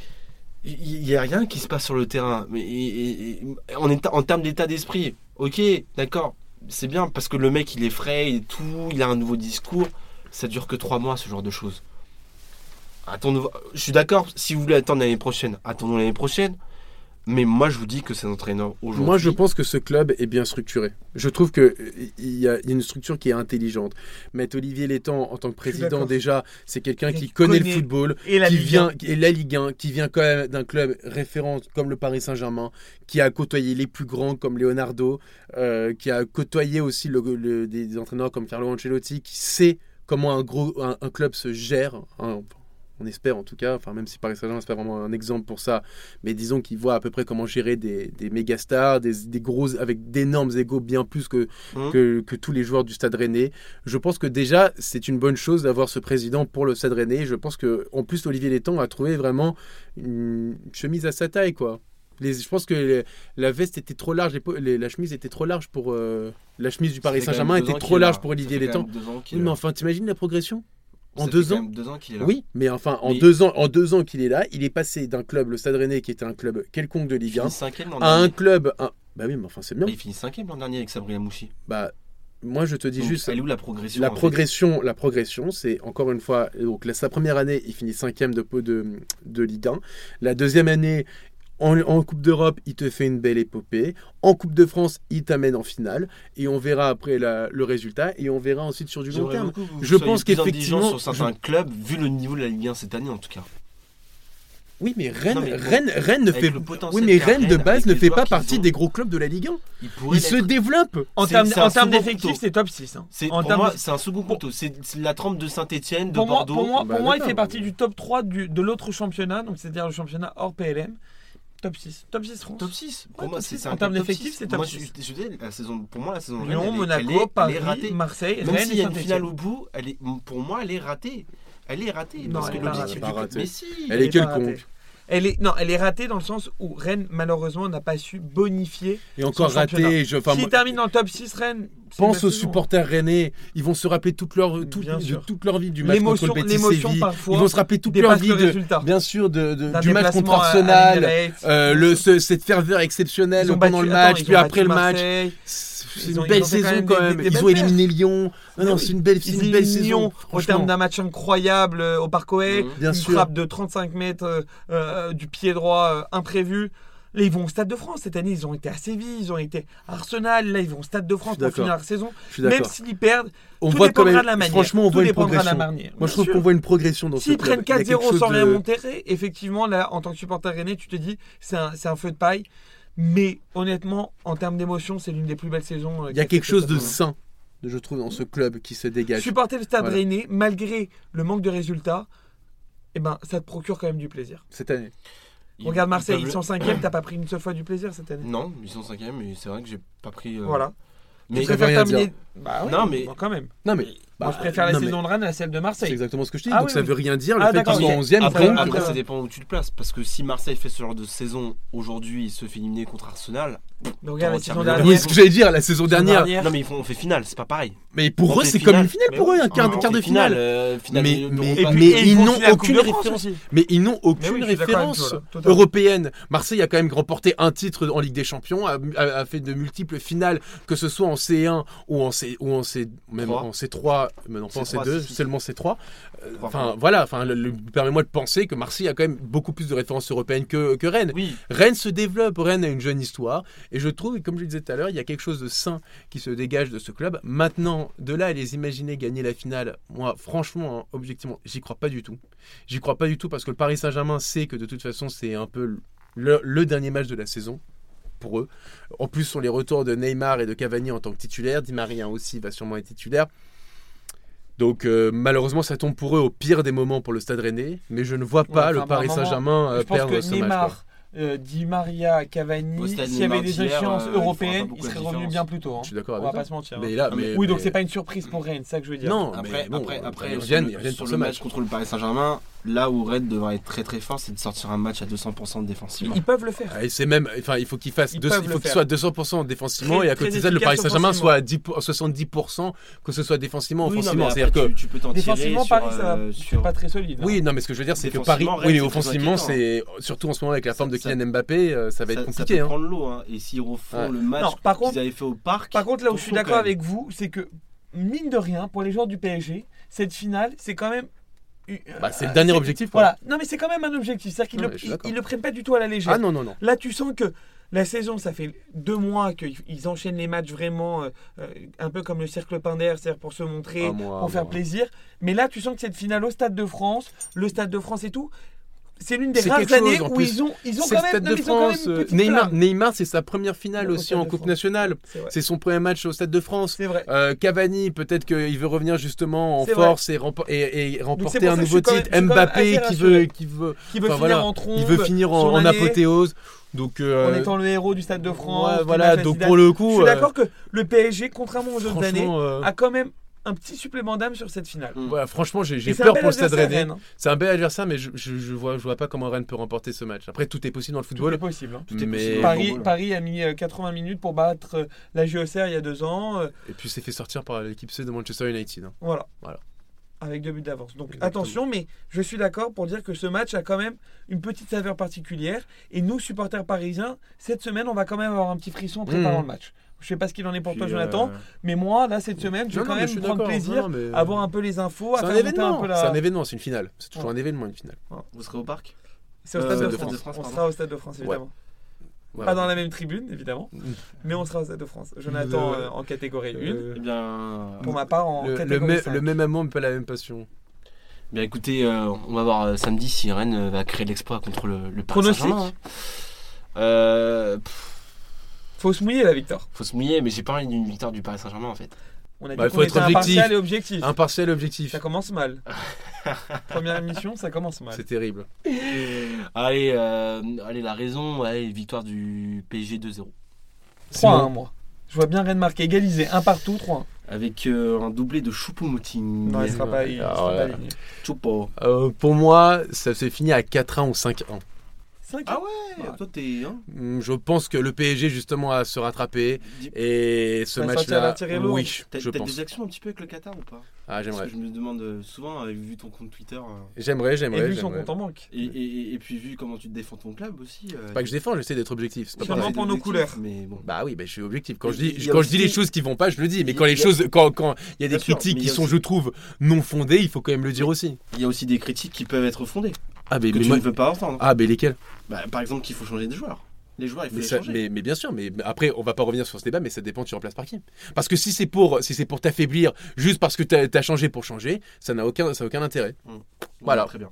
[SPEAKER 1] il n'y a rien qui se passe sur le terrain. Mais et- et- et- en, état- en termes d'état d'esprit, ok, d'accord, c'est bien parce que le mec il est frais et tout, il a un nouveau discours. Ça dure que trois mois ce genre de choses. Attendons, je suis d'accord. Si vous voulez attendre l'année prochaine, attendons l'année prochaine. Mais moi, je vous dis que c'est un entraîneur aujourd'hui.
[SPEAKER 2] Moi, je pense que ce club est bien structuré. Je trouve qu'il y, a- il y a une structure qui est intelligente. Mettre Olivier Létang en tant que
[SPEAKER 3] Je suis
[SPEAKER 2] président,
[SPEAKER 3] d'accord.
[SPEAKER 2] déjà, c'est quelqu'un
[SPEAKER 3] Qui
[SPEAKER 2] qui connaît le
[SPEAKER 3] connaît
[SPEAKER 2] football,
[SPEAKER 3] Et la
[SPEAKER 2] qui
[SPEAKER 3] Ligue 1.
[SPEAKER 2] vient et la Ligue 1, qui vient quand même d'un club référent comme le Paris Saint-Germain, qui a côtoyé les plus grands comme Leonardo, euh, qui a côtoyé aussi le, le- des, des entraîneurs comme Carlo Ancelotti, qui sait comment un gros un, un club se gère. hein, On espère en tout cas, enfin même si Paris Saint-Germain c'est pas vraiment un exemple pour ça, mais disons qu'ils voient à peu près comment gérer des, des méga stars, des, des gros avec d'énormes égaux bien plus que,
[SPEAKER 1] Mhm.
[SPEAKER 2] que, que tous les joueurs du Stade Rennais. Je pense que déjà c'est une bonne chose d'avoir ce président pour le Stade Rennais. Je pense que en plus Olivier Létang a trouvé vraiment une chemise à sa taille quoi. Les, je pense que les- la veste était trop large, les po- les- la chemise était trop large pour euh, la chemise du Paris
[SPEAKER 1] Ça fait quand même
[SPEAKER 2] Saint-Germain
[SPEAKER 1] deux ans
[SPEAKER 2] était
[SPEAKER 1] qu'il
[SPEAKER 2] trop
[SPEAKER 1] est là.
[SPEAKER 2] large pour Olivier
[SPEAKER 1] Ça fait quand
[SPEAKER 2] Létang.
[SPEAKER 1] même deux ans qu'il est
[SPEAKER 2] Oui, mais
[SPEAKER 1] là.
[SPEAKER 2] enfin, t'imagines la progression
[SPEAKER 1] Ça
[SPEAKER 2] En
[SPEAKER 1] fait
[SPEAKER 2] deux
[SPEAKER 1] quand
[SPEAKER 2] ans
[SPEAKER 1] même deux ans qu'il est là.
[SPEAKER 2] Oui, mais enfin, en
[SPEAKER 1] Mais-
[SPEAKER 2] deux ans, en deux ans qu'il est là, il est passé d'un club, le Stade Rennais, qui était un club quelconque de
[SPEAKER 1] Il
[SPEAKER 2] Ligue 1,
[SPEAKER 1] finit cinquième l'an
[SPEAKER 2] à un
[SPEAKER 1] dernier.
[SPEAKER 2] club. un- Bah oui, mais enfin, c'est bien.
[SPEAKER 1] Bah, il finit cinquième l'an dernier avec Sabri Amouchi.
[SPEAKER 2] Bah, moi, je te dis
[SPEAKER 1] Donc,
[SPEAKER 2] juste.
[SPEAKER 1] Elle est où la progression
[SPEAKER 2] La
[SPEAKER 1] en fait
[SPEAKER 2] progression, la progression, c'est encore une fois, donc la, sa première année, il finit cinquième de, po- de, de Ligue 1. La deuxième année, en, en Coupe d'Europe, il te fait une belle épopée. En Coupe de France, il t'amène en finale. Et on verra après la- le résultat. Et on verra ensuite sur du long
[SPEAKER 1] J'aimerais
[SPEAKER 2] terme.
[SPEAKER 1] beaucoup que vous
[SPEAKER 2] Je
[SPEAKER 1] soyez
[SPEAKER 2] pense
[SPEAKER 1] plus intelligents
[SPEAKER 2] qu'effectivement,
[SPEAKER 1] sur certains clubs, vu le niveau de la Ligue 1 cette année en tout cas.
[SPEAKER 2] Oui, mais Rennes,
[SPEAKER 1] Non, mais bon,
[SPEAKER 2] Rennes, Rennes ne
[SPEAKER 1] avec
[SPEAKER 2] fait
[SPEAKER 1] le potentiel
[SPEAKER 2] oui, mais
[SPEAKER 1] qu'a
[SPEAKER 2] Rennes de
[SPEAKER 1] Rennes,
[SPEAKER 2] base
[SPEAKER 1] avec
[SPEAKER 2] ne
[SPEAKER 1] les
[SPEAKER 2] fait
[SPEAKER 1] joueurs
[SPEAKER 2] pas
[SPEAKER 1] qu'ils
[SPEAKER 2] partie
[SPEAKER 1] ont,
[SPEAKER 2] des gros clubs de la Ligue 1.
[SPEAKER 1] Il
[SPEAKER 2] Il
[SPEAKER 1] pourrait
[SPEAKER 2] se
[SPEAKER 1] l'être.
[SPEAKER 2] développe.
[SPEAKER 3] En
[SPEAKER 1] C'est-
[SPEAKER 3] termes
[SPEAKER 1] c'est un
[SPEAKER 3] en termes
[SPEAKER 1] second
[SPEAKER 3] d'effectifs,
[SPEAKER 1] couteau.
[SPEAKER 3] c'est top 6. hein.
[SPEAKER 1] C'est-
[SPEAKER 3] En
[SPEAKER 1] pour
[SPEAKER 3] termes
[SPEAKER 1] moi,
[SPEAKER 3] de-
[SPEAKER 1] c'est un second couteau. C'est c'est la trempe de Saint-Etienne, de
[SPEAKER 3] pour moi,
[SPEAKER 1] Bordeaux.
[SPEAKER 3] pour moi,
[SPEAKER 2] Bah,
[SPEAKER 3] pour moi, il
[SPEAKER 2] d'accord.
[SPEAKER 3] fait partie du top 3 du- de l'autre championnat, donc c'est-à-dire le championnat hors PLM. Top 6. Top 6 France.
[SPEAKER 1] Top 6. Pour
[SPEAKER 3] Ouais,
[SPEAKER 1] moi,
[SPEAKER 3] top
[SPEAKER 1] c'est
[SPEAKER 3] six.
[SPEAKER 1] c'est un
[SPEAKER 3] En termes
[SPEAKER 1] top
[SPEAKER 3] d'effectifs,
[SPEAKER 1] six.
[SPEAKER 3] c'est top
[SPEAKER 1] Moi,
[SPEAKER 3] six.
[SPEAKER 1] je- je te dis, la saison, pour moi, la saison de
[SPEAKER 3] Lyon,
[SPEAKER 1] Rennes, elle est-
[SPEAKER 3] Monaco,
[SPEAKER 1] elle est, elle
[SPEAKER 3] Paris,
[SPEAKER 1] est ratée.
[SPEAKER 3] Marseille,
[SPEAKER 1] Même
[SPEAKER 3] Rennes
[SPEAKER 1] s'il y
[SPEAKER 3] et
[SPEAKER 1] a une finale
[SPEAKER 3] Saint-Etienne.
[SPEAKER 1] au bout, elle est, pour moi, elle est ratée. Elle est ratée.
[SPEAKER 3] Non,
[SPEAKER 1] parce que
[SPEAKER 3] elle est pas
[SPEAKER 1] l'objectif
[SPEAKER 2] ratée.
[SPEAKER 1] du club.
[SPEAKER 2] Pas
[SPEAKER 1] Mais si
[SPEAKER 2] Elle est
[SPEAKER 3] est pas
[SPEAKER 2] quelconque.
[SPEAKER 3] ratée. Elle est, non, elle est ratée dans le sens où Rennes, malheureusement, n'a pas su bonifier.
[SPEAKER 2] Et encore
[SPEAKER 3] Son championnat.
[SPEAKER 2] raté. Je, enfin,
[SPEAKER 3] S'il
[SPEAKER 2] moi,
[SPEAKER 3] termine dans le top 6, Rennes. c'est une
[SPEAKER 2] pense
[SPEAKER 3] belle
[SPEAKER 2] aux
[SPEAKER 3] saison.
[SPEAKER 2] supporters rennais. Ils vont se rappeler toute leur, toute,
[SPEAKER 3] Bien
[SPEAKER 2] de
[SPEAKER 3] sûr.
[SPEAKER 2] toute leur vie du match contre le
[SPEAKER 3] L'émotion,
[SPEAKER 2] Betis
[SPEAKER 3] l'émotion
[SPEAKER 2] Séville.
[SPEAKER 3] parfois.
[SPEAKER 2] Ils vont se rappeler toute leur
[SPEAKER 3] dépasse
[SPEAKER 2] vie,
[SPEAKER 3] le
[SPEAKER 2] de-
[SPEAKER 3] résultat.
[SPEAKER 2] bien sûr, de, de-
[SPEAKER 3] D'un
[SPEAKER 2] du match contre
[SPEAKER 3] déplacement à- à
[SPEAKER 2] Arsenal.
[SPEAKER 3] Emirates.
[SPEAKER 2] euh, le, ce- cette ferveur exceptionnelle
[SPEAKER 3] Ils ont
[SPEAKER 2] pendant
[SPEAKER 3] battu-
[SPEAKER 2] le match,
[SPEAKER 3] attends, ils
[SPEAKER 2] puis
[SPEAKER 3] ont
[SPEAKER 2] après le
[SPEAKER 3] battu
[SPEAKER 2] match.
[SPEAKER 3] Marseille.
[SPEAKER 2] C'est
[SPEAKER 3] Ils
[SPEAKER 2] une
[SPEAKER 3] ont- ils
[SPEAKER 2] belle
[SPEAKER 3] ont fait quand
[SPEAKER 2] saison
[SPEAKER 3] même
[SPEAKER 2] quand
[SPEAKER 3] des-
[SPEAKER 2] même.
[SPEAKER 3] des- des
[SPEAKER 2] Ils
[SPEAKER 3] belles
[SPEAKER 2] ont
[SPEAKER 3] perfs.
[SPEAKER 2] éliminé Lyon. Non,
[SPEAKER 3] Mais
[SPEAKER 2] non,
[SPEAKER 3] oui.
[SPEAKER 2] c'est une belle, c'est
[SPEAKER 3] Ils
[SPEAKER 2] une belle
[SPEAKER 3] éliminent
[SPEAKER 2] saison.
[SPEAKER 3] Lyon au terme
[SPEAKER 2] franchement. Mmh.
[SPEAKER 3] d'un match incroyable euh, au Parc OL.
[SPEAKER 1] Mhm.
[SPEAKER 2] Bien
[SPEAKER 3] une
[SPEAKER 2] sûr.
[SPEAKER 3] frappe de 35 mètres euh, euh, du pied droit euh, imprévu. Là, ils vont au Stade de France. Cette année, ils ont été à Séville, ils ont été à Arsenal. Là, ils vont au Stade de France
[SPEAKER 2] Je suis
[SPEAKER 3] pour
[SPEAKER 2] d'accord.
[SPEAKER 3] finir la saison.
[SPEAKER 2] Je suis
[SPEAKER 3] Même
[SPEAKER 2] d'accord.
[SPEAKER 3] s'ils perdent,
[SPEAKER 2] On
[SPEAKER 3] tout
[SPEAKER 2] voit quand
[SPEAKER 3] dépendra
[SPEAKER 2] même.
[SPEAKER 3] de la manière.
[SPEAKER 2] Franchement, on
[SPEAKER 3] tout
[SPEAKER 2] voit une
[SPEAKER 3] dépendra de la
[SPEAKER 2] progression.
[SPEAKER 3] manière.
[SPEAKER 2] Moi, je
[SPEAKER 3] Bien
[SPEAKER 2] trouve qu'on
[SPEAKER 3] sûr.
[SPEAKER 2] voit une progression dans ce
[SPEAKER 3] S'ils
[SPEAKER 2] club.
[SPEAKER 3] prennent
[SPEAKER 2] Il y a quelque
[SPEAKER 3] 4-0
[SPEAKER 2] chose
[SPEAKER 3] sans rien
[SPEAKER 2] de-
[SPEAKER 3] monter, effectivement, là, en tant que supporter rennais, tu te dis, c'est un, c'est un feu de paille. Mais honnêtement, en termes d'émotion, c'est l'une des plus belles saisons. euh,
[SPEAKER 2] Il y a
[SPEAKER 3] qu'a
[SPEAKER 2] quelque
[SPEAKER 3] fait
[SPEAKER 2] chose
[SPEAKER 3] cette
[SPEAKER 2] de
[SPEAKER 3] saison.
[SPEAKER 2] sain, je trouve, dans ce club qui se dégage.
[SPEAKER 3] Supporter le Stade
[SPEAKER 2] Voilà.
[SPEAKER 3] Rennais, malgré le manque de résultats, eh ben, ça te procure quand même du plaisir.
[SPEAKER 2] Cette année.
[SPEAKER 1] Ils-
[SPEAKER 3] Regarde
[SPEAKER 1] ils
[SPEAKER 3] Marseille,
[SPEAKER 1] peuvent
[SPEAKER 3] ils
[SPEAKER 1] le-
[SPEAKER 3] sont cinquièmes, t'as pas pris une seule fois du plaisir cette année.
[SPEAKER 1] Non, ils sont cinquième, mais c'est vrai que j'ai pas pris. euh,
[SPEAKER 3] Voilà.
[SPEAKER 1] Mais
[SPEAKER 3] Tu
[SPEAKER 2] ça veut rien
[SPEAKER 3] préfères terminer-
[SPEAKER 2] dire.
[SPEAKER 3] Bah oui,
[SPEAKER 1] Non, mais-
[SPEAKER 3] bon, quand même.
[SPEAKER 2] Non, mais. bah,
[SPEAKER 3] Moi, je préfère la
[SPEAKER 2] non, mais
[SPEAKER 3] saison de Rennes à celle de
[SPEAKER 2] C'est
[SPEAKER 3] Marseille.
[SPEAKER 2] exactement ce que je dis.
[SPEAKER 3] Ah
[SPEAKER 2] donc,
[SPEAKER 3] oui,
[SPEAKER 2] ça
[SPEAKER 3] oui.
[SPEAKER 2] veut rien dire. Le
[SPEAKER 3] Ah,
[SPEAKER 2] fait qu'ils
[SPEAKER 3] d'accord,
[SPEAKER 2] soient
[SPEAKER 1] ok.
[SPEAKER 2] 11e
[SPEAKER 1] Après,
[SPEAKER 2] compte.
[SPEAKER 1] après,
[SPEAKER 3] ouais.
[SPEAKER 1] ça dépend où tu le places. Parce que si Marseille fait ce genre de saison aujourd'hui, il se fait éliminer contre Arsenal.
[SPEAKER 3] Mais regarde la
[SPEAKER 1] T'en
[SPEAKER 3] saison
[SPEAKER 1] retiens
[SPEAKER 3] dernière.
[SPEAKER 1] rien.
[SPEAKER 2] Oui, ce que j'allais dire, la saison dernière.
[SPEAKER 1] Non, mais ils font, on fait finale, c'est pas pareil.
[SPEAKER 2] Mais pour
[SPEAKER 1] On
[SPEAKER 2] eux,
[SPEAKER 1] fait
[SPEAKER 2] c'est comme
[SPEAKER 1] finale.
[SPEAKER 2] une finale
[SPEAKER 1] Mais
[SPEAKER 2] pour eux, un
[SPEAKER 1] oui,
[SPEAKER 2] quart
[SPEAKER 1] on
[SPEAKER 2] de quart
[SPEAKER 1] fait
[SPEAKER 2] de finale.
[SPEAKER 1] euh, finale
[SPEAKER 2] Mais-
[SPEAKER 1] de-
[SPEAKER 2] mais-
[SPEAKER 1] de Europa
[SPEAKER 2] mais-
[SPEAKER 1] League.
[SPEAKER 2] ils n'ont
[SPEAKER 3] font la Coupe
[SPEAKER 2] aucune
[SPEAKER 3] de France
[SPEAKER 2] référence.
[SPEAKER 3] aussi.
[SPEAKER 2] Mais ils n'ont
[SPEAKER 3] Mais oui,
[SPEAKER 2] aucune
[SPEAKER 3] je suis d'accord avec
[SPEAKER 2] référence
[SPEAKER 3] toi, là, totalement.
[SPEAKER 2] européenne. Marseille a quand même remporté un titre en Ligue des Champions, a, a- a fait de multiples finales, que ce soit en C1 ou en C, ou en C, même
[SPEAKER 1] Trois.
[SPEAKER 2] en C3, maintenant pas en
[SPEAKER 1] C3,
[SPEAKER 2] C2,
[SPEAKER 1] si, si.
[SPEAKER 2] seulement C3. Euh,
[SPEAKER 1] Trois,
[SPEAKER 2] Enfin
[SPEAKER 1] pardon.
[SPEAKER 2] voilà, enfin le- le- permets-moi de penser que Marseille a quand même beaucoup plus de références européennes que, que Rennes.
[SPEAKER 1] Oui,
[SPEAKER 2] Rennes se développe, Rennes a une jeune histoire, et je trouve, comme je le disais tout à l'heure, il y a quelque chose de sain qui se dégage de ce club. Maintenant, de là à les imaginer gagner la finale, moi, franchement, hein, objectivement, j'y crois pas du tout. J'y crois pas du tout parce que le Paris Saint-Germain sait que de toute façon, c'est un peu le, le dernier match de la saison pour eux. En plus, sur les retours de Neymar et de Cavani en tant que titulaire, Di Maria aussi va sûrement être titulaire. Donc euh, malheureusement ça tombe pour eux au pire des moments pour le Stade Rennais, mais je ne vois pas
[SPEAKER 3] enfin,
[SPEAKER 2] le
[SPEAKER 3] bah, à un
[SPEAKER 2] Paris
[SPEAKER 3] moment,
[SPEAKER 2] Saint-Germain euh,
[SPEAKER 3] Je pense
[SPEAKER 2] perdre
[SPEAKER 3] que
[SPEAKER 2] ce match. quoi.
[SPEAKER 3] Neymar, euh, Di Maria, Cavani,
[SPEAKER 1] Au stade
[SPEAKER 3] s'il y avait
[SPEAKER 1] Neymar
[SPEAKER 3] des
[SPEAKER 1] d'hier,
[SPEAKER 3] échéances
[SPEAKER 1] euh, il fera
[SPEAKER 3] européennes,
[SPEAKER 1] pas
[SPEAKER 3] ils
[SPEAKER 1] beaucoup
[SPEAKER 3] seraient
[SPEAKER 1] la
[SPEAKER 3] revenus
[SPEAKER 1] différence.
[SPEAKER 3] bien plus tôt. hein.
[SPEAKER 2] Je suis d'accord
[SPEAKER 3] On va
[SPEAKER 2] avec toi.
[SPEAKER 3] pas se mentir. hein.
[SPEAKER 2] Mais là,
[SPEAKER 1] Ah,
[SPEAKER 2] mais,
[SPEAKER 3] Oui, donc
[SPEAKER 2] mais-
[SPEAKER 3] c'est pas une surprise pour Rennes, c'est ça que je veux dire.
[SPEAKER 2] Non,
[SPEAKER 1] après,
[SPEAKER 2] mais bon,
[SPEAKER 1] après,
[SPEAKER 2] euh,
[SPEAKER 1] après,
[SPEAKER 2] ils
[SPEAKER 1] sur
[SPEAKER 2] reviennent,
[SPEAKER 1] le-
[SPEAKER 2] ils reviennent
[SPEAKER 1] sur
[SPEAKER 2] pour ce
[SPEAKER 1] le match
[SPEAKER 2] match.
[SPEAKER 1] contre le Paris Saint-Germain, là où Red devrait être très très fort, c'est de sortir un match à 200% défensivement.
[SPEAKER 3] Ils peuvent le faire.
[SPEAKER 2] Ah, et c'est même, enfin, il faut qu'il fasse,
[SPEAKER 3] Ils
[SPEAKER 2] deux-
[SPEAKER 3] peuvent
[SPEAKER 2] il
[SPEAKER 3] le
[SPEAKER 2] faut qu'il
[SPEAKER 3] faire.
[SPEAKER 2] soit à 200% défensivement
[SPEAKER 3] Très-
[SPEAKER 2] et à
[SPEAKER 3] très
[SPEAKER 2] côté de ça, le Paris
[SPEAKER 3] efficace
[SPEAKER 2] Saint-Germain
[SPEAKER 3] offensivement.
[SPEAKER 2] soit à 10 pour- 70%, que ce soit défensivement,
[SPEAKER 1] Oui, non, mais
[SPEAKER 2] offensivement.
[SPEAKER 1] après,
[SPEAKER 2] C'est-à-dire que,
[SPEAKER 1] tu, tu peux t'en tirer
[SPEAKER 3] Défensivement,
[SPEAKER 1] sur,
[SPEAKER 3] Paris, ça
[SPEAKER 1] euh,
[SPEAKER 3] va.
[SPEAKER 1] sur-
[SPEAKER 3] C'est pas très solide. hein.
[SPEAKER 2] oui, non, mais ce que je veux dire, c'est que Paris,
[SPEAKER 1] Défensivement, Rennes, c'est
[SPEAKER 2] oui,
[SPEAKER 1] très
[SPEAKER 2] offensivement,
[SPEAKER 1] inquiétant,
[SPEAKER 2] c'est surtout en ce moment avec la forme de
[SPEAKER 1] Ça-
[SPEAKER 2] Kylian Mbappé, euh, ça va être compliqué.
[SPEAKER 1] peut
[SPEAKER 2] hein.
[SPEAKER 1] prendre l'eau. hein. Et s'ils refont
[SPEAKER 2] Ouais.
[SPEAKER 1] le match
[SPEAKER 3] Non, par contre-
[SPEAKER 1] qu'ils avaient fait au parc.
[SPEAKER 3] Par contre, là où je suis
[SPEAKER 1] attention
[SPEAKER 3] d'accord
[SPEAKER 1] quand même.
[SPEAKER 3] avec vous, c'est que, mine de rien, pour les joueurs du PSG, cette finale, c'est quand même. euh,
[SPEAKER 2] Bah, c'est le dernier
[SPEAKER 3] c'est-
[SPEAKER 2] objectif. quoi.
[SPEAKER 3] Voilà, non mais c'est quand même un objectif, c'est-à-dire qu'ils
[SPEAKER 2] Non,
[SPEAKER 3] le-
[SPEAKER 2] mais je suis
[SPEAKER 3] ils-
[SPEAKER 2] d'accord.
[SPEAKER 3] ils le prennent pas du tout à la légère.
[SPEAKER 2] Ah non, non, non.
[SPEAKER 3] Là, tu sens que la saison, ça fait deux mois qu'ils ils enchaînent les matchs vraiment euh, euh, un peu comme le cercle Pinder, c'est-à-dire pour se montrer,
[SPEAKER 2] Ah, moi,
[SPEAKER 3] pour faire
[SPEAKER 2] moi.
[SPEAKER 3] plaisir. Mais là, tu sens que cette finale au Stade de France, le Stade de France et tout, c'est l'une des
[SPEAKER 2] C'est
[SPEAKER 3] rares
[SPEAKER 2] quelque chose,
[SPEAKER 3] années
[SPEAKER 2] en
[SPEAKER 3] où
[SPEAKER 2] plus.
[SPEAKER 3] ils ont, ils ont
[SPEAKER 2] C'est
[SPEAKER 3] quand
[SPEAKER 2] le
[SPEAKER 3] même,
[SPEAKER 2] Stade
[SPEAKER 3] non,
[SPEAKER 2] de
[SPEAKER 3] mais ils ont quand même
[SPEAKER 2] France.
[SPEAKER 3] une
[SPEAKER 2] euh,
[SPEAKER 3] petite
[SPEAKER 2] Neymar,
[SPEAKER 3] flamme.
[SPEAKER 2] Neymar c'est sa première finale
[SPEAKER 3] Le
[SPEAKER 2] aussi
[SPEAKER 3] Stade
[SPEAKER 2] en
[SPEAKER 3] de
[SPEAKER 2] Coupe
[SPEAKER 3] France.
[SPEAKER 2] nationale.
[SPEAKER 3] C'est vrai.
[SPEAKER 2] C'est son premier match au Stade de France.
[SPEAKER 3] C'est vrai.
[SPEAKER 2] Euh, Cavani, peut-être qu'il veut revenir justement en
[SPEAKER 3] C'est
[SPEAKER 2] force et, rempo- et- et
[SPEAKER 3] c'est
[SPEAKER 2] remporter
[SPEAKER 3] pour
[SPEAKER 2] un
[SPEAKER 3] ça que je
[SPEAKER 2] nouveau
[SPEAKER 3] suis quand même-
[SPEAKER 2] titre.
[SPEAKER 3] je suis quand même
[SPEAKER 2] Mbappé
[SPEAKER 3] assez
[SPEAKER 2] qui veut,
[SPEAKER 3] rassuré.
[SPEAKER 2] qui veut,
[SPEAKER 3] Qui veut
[SPEAKER 2] Enfin,
[SPEAKER 3] finir
[SPEAKER 2] voilà.
[SPEAKER 3] en trombe.
[SPEAKER 2] il veut finir en,
[SPEAKER 3] son
[SPEAKER 2] en
[SPEAKER 3] année.
[SPEAKER 2] apothéose. Donc, euh,
[SPEAKER 3] En étant le héros du Stade de France.
[SPEAKER 2] ouais,
[SPEAKER 3] qui
[SPEAKER 2] voilà.
[SPEAKER 3] bat
[SPEAKER 2] Donc
[SPEAKER 3] Zidane.
[SPEAKER 2] pour le
[SPEAKER 3] Je
[SPEAKER 2] coup,
[SPEAKER 3] suis
[SPEAKER 2] euh,
[SPEAKER 3] d'accord que le PSG, contrairement aux autres années,
[SPEAKER 2] franchement, euh,
[SPEAKER 3] a quand même un petit supplément d'âme sur cette finale.
[SPEAKER 2] voilà, franchement, j'ai j'ai
[SPEAKER 3] Et c'est un
[SPEAKER 2] peur
[SPEAKER 3] bel
[SPEAKER 2] pour le Stade
[SPEAKER 3] adversaire,
[SPEAKER 2] Rennais.
[SPEAKER 3] Rennes, hein.
[SPEAKER 2] C'est un bel adversaire, mais je, je, je vois, je vois pas comment Rennes peut remporter ce match. Après, tout est possible dans le
[SPEAKER 3] Tout est
[SPEAKER 2] football.
[SPEAKER 3] possible. hein.
[SPEAKER 1] Tout est
[SPEAKER 2] mais-
[SPEAKER 1] possible.
[SPEAKER 3] Paris,
[SPEAKER 1] Bon, voilà.
[SPEAKER 3] Paris a mis euh, 80 minutes pour battre euh, la GOCR il y a deux ans. euh,
[SPEAKER 2] Et puis, c'est fait sortir par l'équipe C de Manchester United. hein.
[SPEAKER 3] Voilà.
[SPEAKER 2] Voilà.
[SPEAKER 3] Avec deux buts d'avance. Donc
[SPEAKER 2] Exactement.
[SPEAKER 3] attention, mais je suis d'accord pour dire que ce match a quand même une petite saveur particulière. Et nous, supporters parisiens, cette semaine, on va quand même avoir un petit frisson en préparant
[SPEAKER 2] Mmh.
[SPEAKER 3] le match. Je sais pas ce qu'il en est pour
[SPEAKER 2] Puis,
[SPEAKER 3] toi,
[SPEAKER 2] euh,
[SPEAKER 3] Jonathan, mais moi, là, cette semaine, je vais
[SPEAKER 2] non,
[SPEAKER 3] quand
[SPEAKER 2] non, mais
[SPEAKER 3] même
[SPEAKER 2] suis
[SPEAKER 3] prendre
[SPEAKER 2] d'accord.
[SPEAKER 3] plaisir,
[SPEAKER 2] Non, non, mais- euh,
[SPEAKER 3] à avoir un peu les infos, à
[SPEAKER 2] C'est
[SPEAKER 3] faire
[SPEAKER 2] un
[SPEAKER 3] monter un
[SPEAKER 2] événement.
[SPEAKER 3] peu
[SPEAKER 2] C'est
[SPEAKER 3] la.
[SPEAKER 2] un événement, c'est une finale. C'est toujours
[SPEAKER 3] Ouais.
[SPEAKER 2] un événement, une finale.
[SPEAKER 1] Vous serez au parc
[SPEAKER 3] C'est au
[SPEAKER 1] Euh,
[SPEAKER 3] Stade de
[SPEAKER 2] Stade de
[SPEAKER 3] France.
[SPEAKER 1] France,
[SPEAKER 3] on
[SPEAKER 1] pardon.
[SPEAKER 3] sera au Stade de France, évidemment.
[SPEAKER 2] Voilà.
[SPEAKER 3] Pas dans la même tribune, évidemment, mais on sera au Stade de France. Jonathan
[SPEAKER 2] Mm. Le-
[SPEAKER 3] euh, en catégorie 1.
[SPEAKER 1] Eh bien,
[SPEAKER 3] pour ma part, en
[SPEAKER 2] le, le
[SPEAKER 3] catégorie
[SPEAKER 2] même-
[SPEAKER 3] 5.
[SPEAKER 2] le même amour, mais pas la même passion.
[SPEAKER 1] bien écoutez, euh, on va voir euh, samedi si Rennes euh, va créer l'exploit contre le, le Paris
[SPEAKER 3] Pronostic.
[SPEAKER 1] Saint-Germain. hein. Euh, pff,
[SPEAKER 3] Faut se mouiller là, Victor.
[SPEAKER 1] faut se mouiller, mais j'ai pas envie d'une victoire du Paris Saint-Germain en fait.
[SPEAKER 3] On a dit
[SPEAKER 2] Bah, il faut
[SPEAKER 3] qu'on
[SPEAKER 2] être
[SPEAKER 3] était
[SPEAKER 2] objectif.
[SPEAKER 3] impartial et objectif.
[SPEAKER 2] Un partiel objectif.
[SPEAKER 3] Ça commence mal. Première émission, ça commence mal.
[SPEAKER 2] C'est terrible.
[SPEAKER 1] Allez, euh, allez la raison, allez, victoire du PSG 2-0.
[SPEAKER 3] 3-1,
[SPEAKER 2] Simon.
[SPEAKER 3] moi. Je vois bien Rennes marquer égalisé, un partout, 3-1.
[SPEAKER 1] Avec euh, un doublé de Choupo-Moting.
[SPEAKER 3] Non, il sera pas, il
[SPEAKER 2] Alors,
[SPEAKER 3] sera pas
[SPEAKER 2] voilà.
[SPEAKER 3] aligné.
[SPEAKER 1] Choupo.
[SPEAKER 2] Euh, pour moi, ça s'est fini à 4-1 ou 5-1.
[SPEAKER 3] Cinq.
[SPEAKER 1] Ah ouais, toi t'es. hein,
[SPEAKER 2] Mm, Je pense que le PSG, justement, a à se rattraper.
[SPEAKER 1] dis-
[SPEAKER 2] Et ce
[SPEAKER 3] Ça sortira la
[SPEAKER 2] match-là,
[SPEAKER 3] tirée lourde.
[SPEAKER 2] oui,
[SPEAKER 1] T'as
[SPEAKER 2] je
[SPEAKER 1] t'as
[SPEAKER 2] pense.
[SPEAKER 1] des actions un petit peu avec le Qatar ou pas
[SPEAKER 2] Ah,
[SPEAKER 1] Parce
[SPEAKER 2] j'aimerais.
[SPEAKER 1] que je me demande euh, souvent, euh, vu ton compte Twitter, euh,
[SPEAKER 2] J'aimerais,
[SPEAKER 3] Et
[SPEAKER 2] j'aimerais.
[SPEAKER 3] vu son
[SPEAKER 2] j'aimerais.
[SPEAKER 3] compte en banque.
[SPEAKER 1] et, et- et- et puis vu comment tu te défends ton club aussi. euh,
[SPEAKER 2] Pas que je défends, j'essaie d'être objectif. c'est pas
[SPEAKER 1] tu
[SPEAKER 3] Sûrement
[SPEAKER 2] pareil.
[SPEAKER 1] fais
[SPEAKER 3] pour
[SPEAKER 1] des
[SPEAKER 3] nos
[SPEAKER 1] objectifs,
[SPEAKER 3] couleurs.
[SPEAKER 1] Mais bon.
[SPEAKER 2] Bah oui, bah, je suis objectif. Quand je
[SPEAKER 1] Il y
[SPEAKER 2] dis,
[SPEAKER 1] a
[SPEAKER 2] quand je dis les
[SPEAKER 1] aussi-
[SPEAKER 2] choses qui vont pas, je le dis. Mais
[SPEAKER 1] il y
[SPEAKER 2] quand
[SPEAKER 1] a-
[SPEAKER 2] les
[SPEAKER 1] il y a-
[SPEAKER 2] choses, quand quand il y a des
[SPEAKER 1] Bien sûr,
[SPEAKER 2] critiques
[SPEAKER 1] mais
[SPEAKER 2] qui
[SPEAKER 1] il y a
[SPEAKER 2] sont,
[SPEAKER 1] aussi-
[SPEAKER 2] je trouve, non fondées, il faut quand même le dire aussi.
[SPEAKER 1] Il y a aussi des critiques qui peuvent être fondées,
[SPEAKER 2] Ah mais,
[SPEAKER 1] que
[SPEAKER 2] mais
[SPEAKER 1] tu
[SPEAKER 2] moi-
[SPEAKER 1] ne veux pas entendre.
[SPEAKER 2] ah mais lesquels
[SPEAKER 1] Bah, par exemple, qu'il faut changer de joueurs. Les joueurs, il faut
[SPEAKER 2] mais,
[SPEAKER 1] les
[SPEAKER 2] ça-
[SPEAKER 1] changer.
[SPEAKER 2] mais- mais bien sûr, mais mais après, on va pas revenir sur ce débat, mais ça dépend, tu remplaces par qui. Parce que si c'est pour, si c'est pour t'affaiblir juste parce que t'as as changé pour changer, ça n'a aucun, ça a aucun intérêt.
[SPEAKER 1] Ouais,
[SPEAKER 2] voilà.
[SPEAKER 1] Très bien.